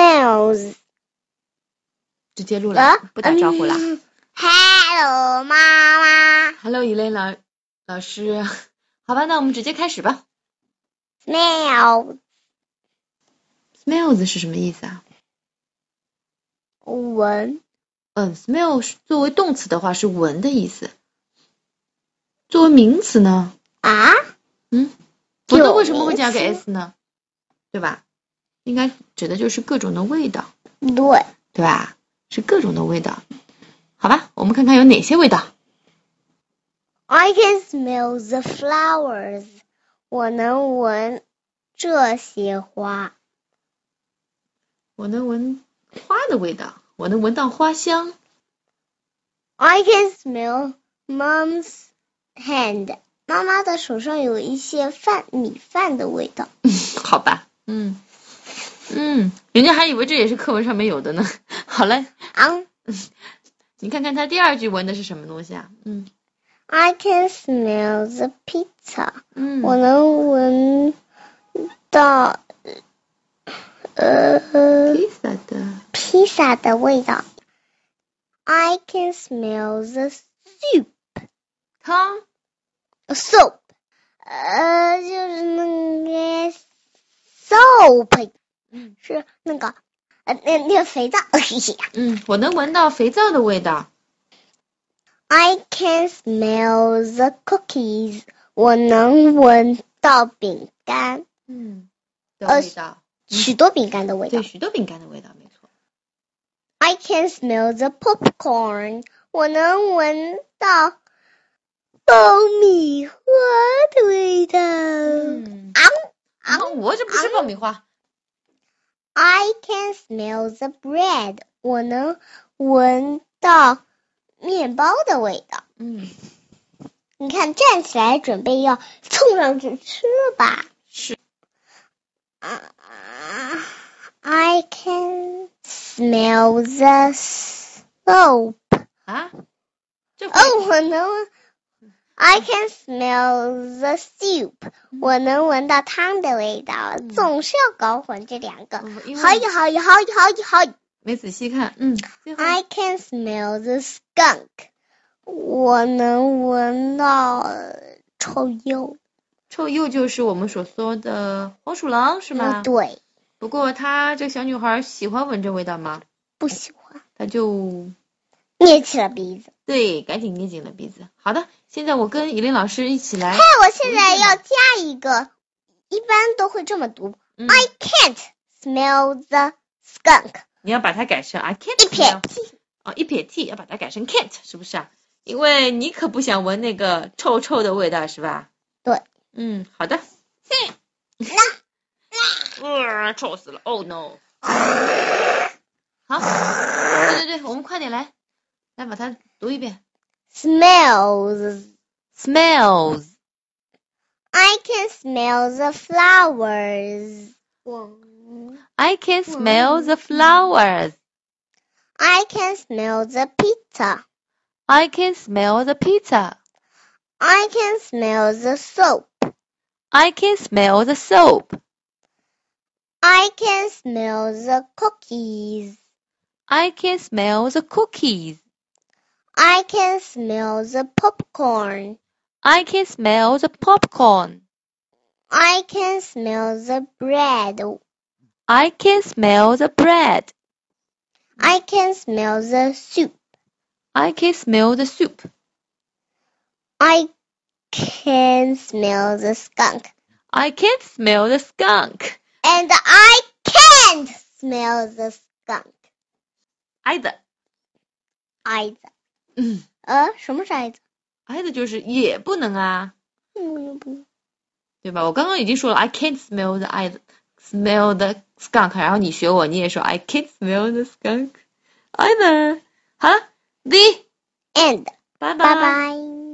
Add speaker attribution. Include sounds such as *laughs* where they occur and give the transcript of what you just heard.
Speaker 1: smells
Speaker 2: 直接录了
Speaker 1: 啊，，
Speaker 2: 不打招呼了。
Speaker 1: 嗯 um, Hello，妈妈
Speaker 2: Hello，一类老老师， *laughs* 好吧，那我们直接开始吧。
Speaker 1: ，smells
Speaker 2: Smells 是什么意思啊？
Speaker 1: 闻
Speaker 2: 嗯，smell 是作为动词的话是闻的意思，作为名词呢，
Speaker 1: 啊，
Speaker 2: 否
Speaker 1: 有
Speaker 2: 则为什么会加个
Speaker 1: 名
Speaker 2: s 呢？对吧？应该指的就是各种的味道，
Speaker 1: 对，
Speaker 2: 对吧？是各种的味道。好吧，我们看看有哪些味道。
Speaker 1: I can smell the flowers. 我能闻这些花。
Speaker 2: 我能闻花的味道，我能闻到花香。
Speaker 1: I can smell mom's hand. 妈妈的手上有一些饭米饭的味道。
Speaker 2: *laughs* 好吧，嗯嗯，人家还以为这也是课文上面有的呢。好嘞，
Speaker 1: Um,
Speaker 2: 你看看他第二句闻的是什么东西啊？嗯
Speaker 1: I can smell the pizza.
Speaker 2: 嗯，
Speaker 1: 我能闻到呃
Speaker 2: 披萨的
Speaker 1: 披萨的味道。I can smell the soup
Speaker 2: 汤
Speaker 1: soup，呃，就是那个 soap，
Speaker 2: 嗯
Speaker 1: 是那个呃那那个肥皂。 *laughs*
Speaker 2: 嗯，我能闻到肥皂的味道。
Speaker 1: I can smell the cookies，我能闻到饼干，
Speaker 2: 嗯，呃的
Speaker 1: 呃
Speaker 2: 味道，
Speaker 1: 许多饼干的味道
Speaker 2: 对，。许多饼干的味道，没错。
Speaker 1: I can smell the popcorn，我能闻到爆米花的味道。
Speaker 2: 嗯，
Speaker 1: 啊
Speaker 2: 啊，我这不是爆米花。
Speaker 1: I can smell the bread，我能闻到面包的味道。
Speaker 2: 嗯，
Speaker 1: 你看，站起来准备要冲上去吃了吧？
Speaker 2: 是。
Speaker 1: 啊，I can smell the soap。
Speaker 2: 啊，这会
Speaker 1: 哦，我能闻，I can smell the soup，我能闻到汤的味道，
Speaker 2: 嗯
Speaker 1: 总是要搞混这两个。
Speaker 2: 嗯因
Speaker 1: 好
Speaker 2: 为
Speaker 1: 一好一好一好一好一
Speaker 2: 没仔细看。嗯，最后
Speaker 1: ，I can smell the skunk，我能闻到臭鼬，
Speaker 2: 臭鼬就是我们所说的黄鼠狼，是吗？
Speaker 1: 嗯，对，
Speaker 2: 不过她这个小女孩喜欢闻这味道吗？
Speaker 1: 不喜欢，
Speaker 2: 她就
Speaker 1: 捏起了鼻子。
Speaker 2: 对，赶紧捏紧了鼻子。好的，现在我跟以琳老师一起来，
Speaker 1: 那我现在要加一个，一般都会这么读
Speaker 2: 嗯，
Speaker 1: ，I can't smell the skunk，
Speaker 2: 你要把它改成 I can't
Speaker 1: 一撇
Speaker 2: smell 哦，一撇 t 要把它改成 can't 是不是啊？因为你可不想闻那个臭臭的味道是吧？
Speaker 1: 对，
Speaker 2: 嗯，好的。 *laughs* 嗯，臭死了！Oh
Speaker 1: *laughs*
Speaker 2: no！好，对对对，我们快点来，来把它读一遍。
Speaker 1: smells。
Speaker 2: Smells，
Speaker 1: I can smell the flowers.
Speaker 2: I can
Speaker 1: smell the
Speaker 2: flowers.
Speaker 1: I can smell the pizza.
Speaker 2: I can smell the pizza.
Speaker 1: I can smell the soap.
Speaker 2: I can smell the soap.
Speaker 1: I can smell the cookies.
Speaker 2: I can smell the cookies.
Speaker 1: I can smell the popcorn.
Speaker 2: I can smell the popcorn.
Speaker 1: I can smell the bread.
Speaker 2: I can smell the bread.
Speaker 1: I can smell the soup.
Speaker 2: I can smell the soup.
Speaker 1: I can smell the skunk.
Speaker 2: I can smell the skunk.
Speaker 1: And I can't smell the skunk.
Speaker 2: 挨的，
Speaker 1: 挨着，
Speaker 2: 嗯，
Speaker 1: 呃，Uh, 什么是挨着？
Speaker 2: 挨的就是也不能啊，
Speaker 1: 嗯，不
Speaker 2: 对吧？我刚刚已经说了，I can't smell the I smell the skunk，然后你学我，你也说 I can't smell the skunk either。好了，the
Speaker 1: And
Speaker 2: 拜拜
Speaker 1: 拜拜。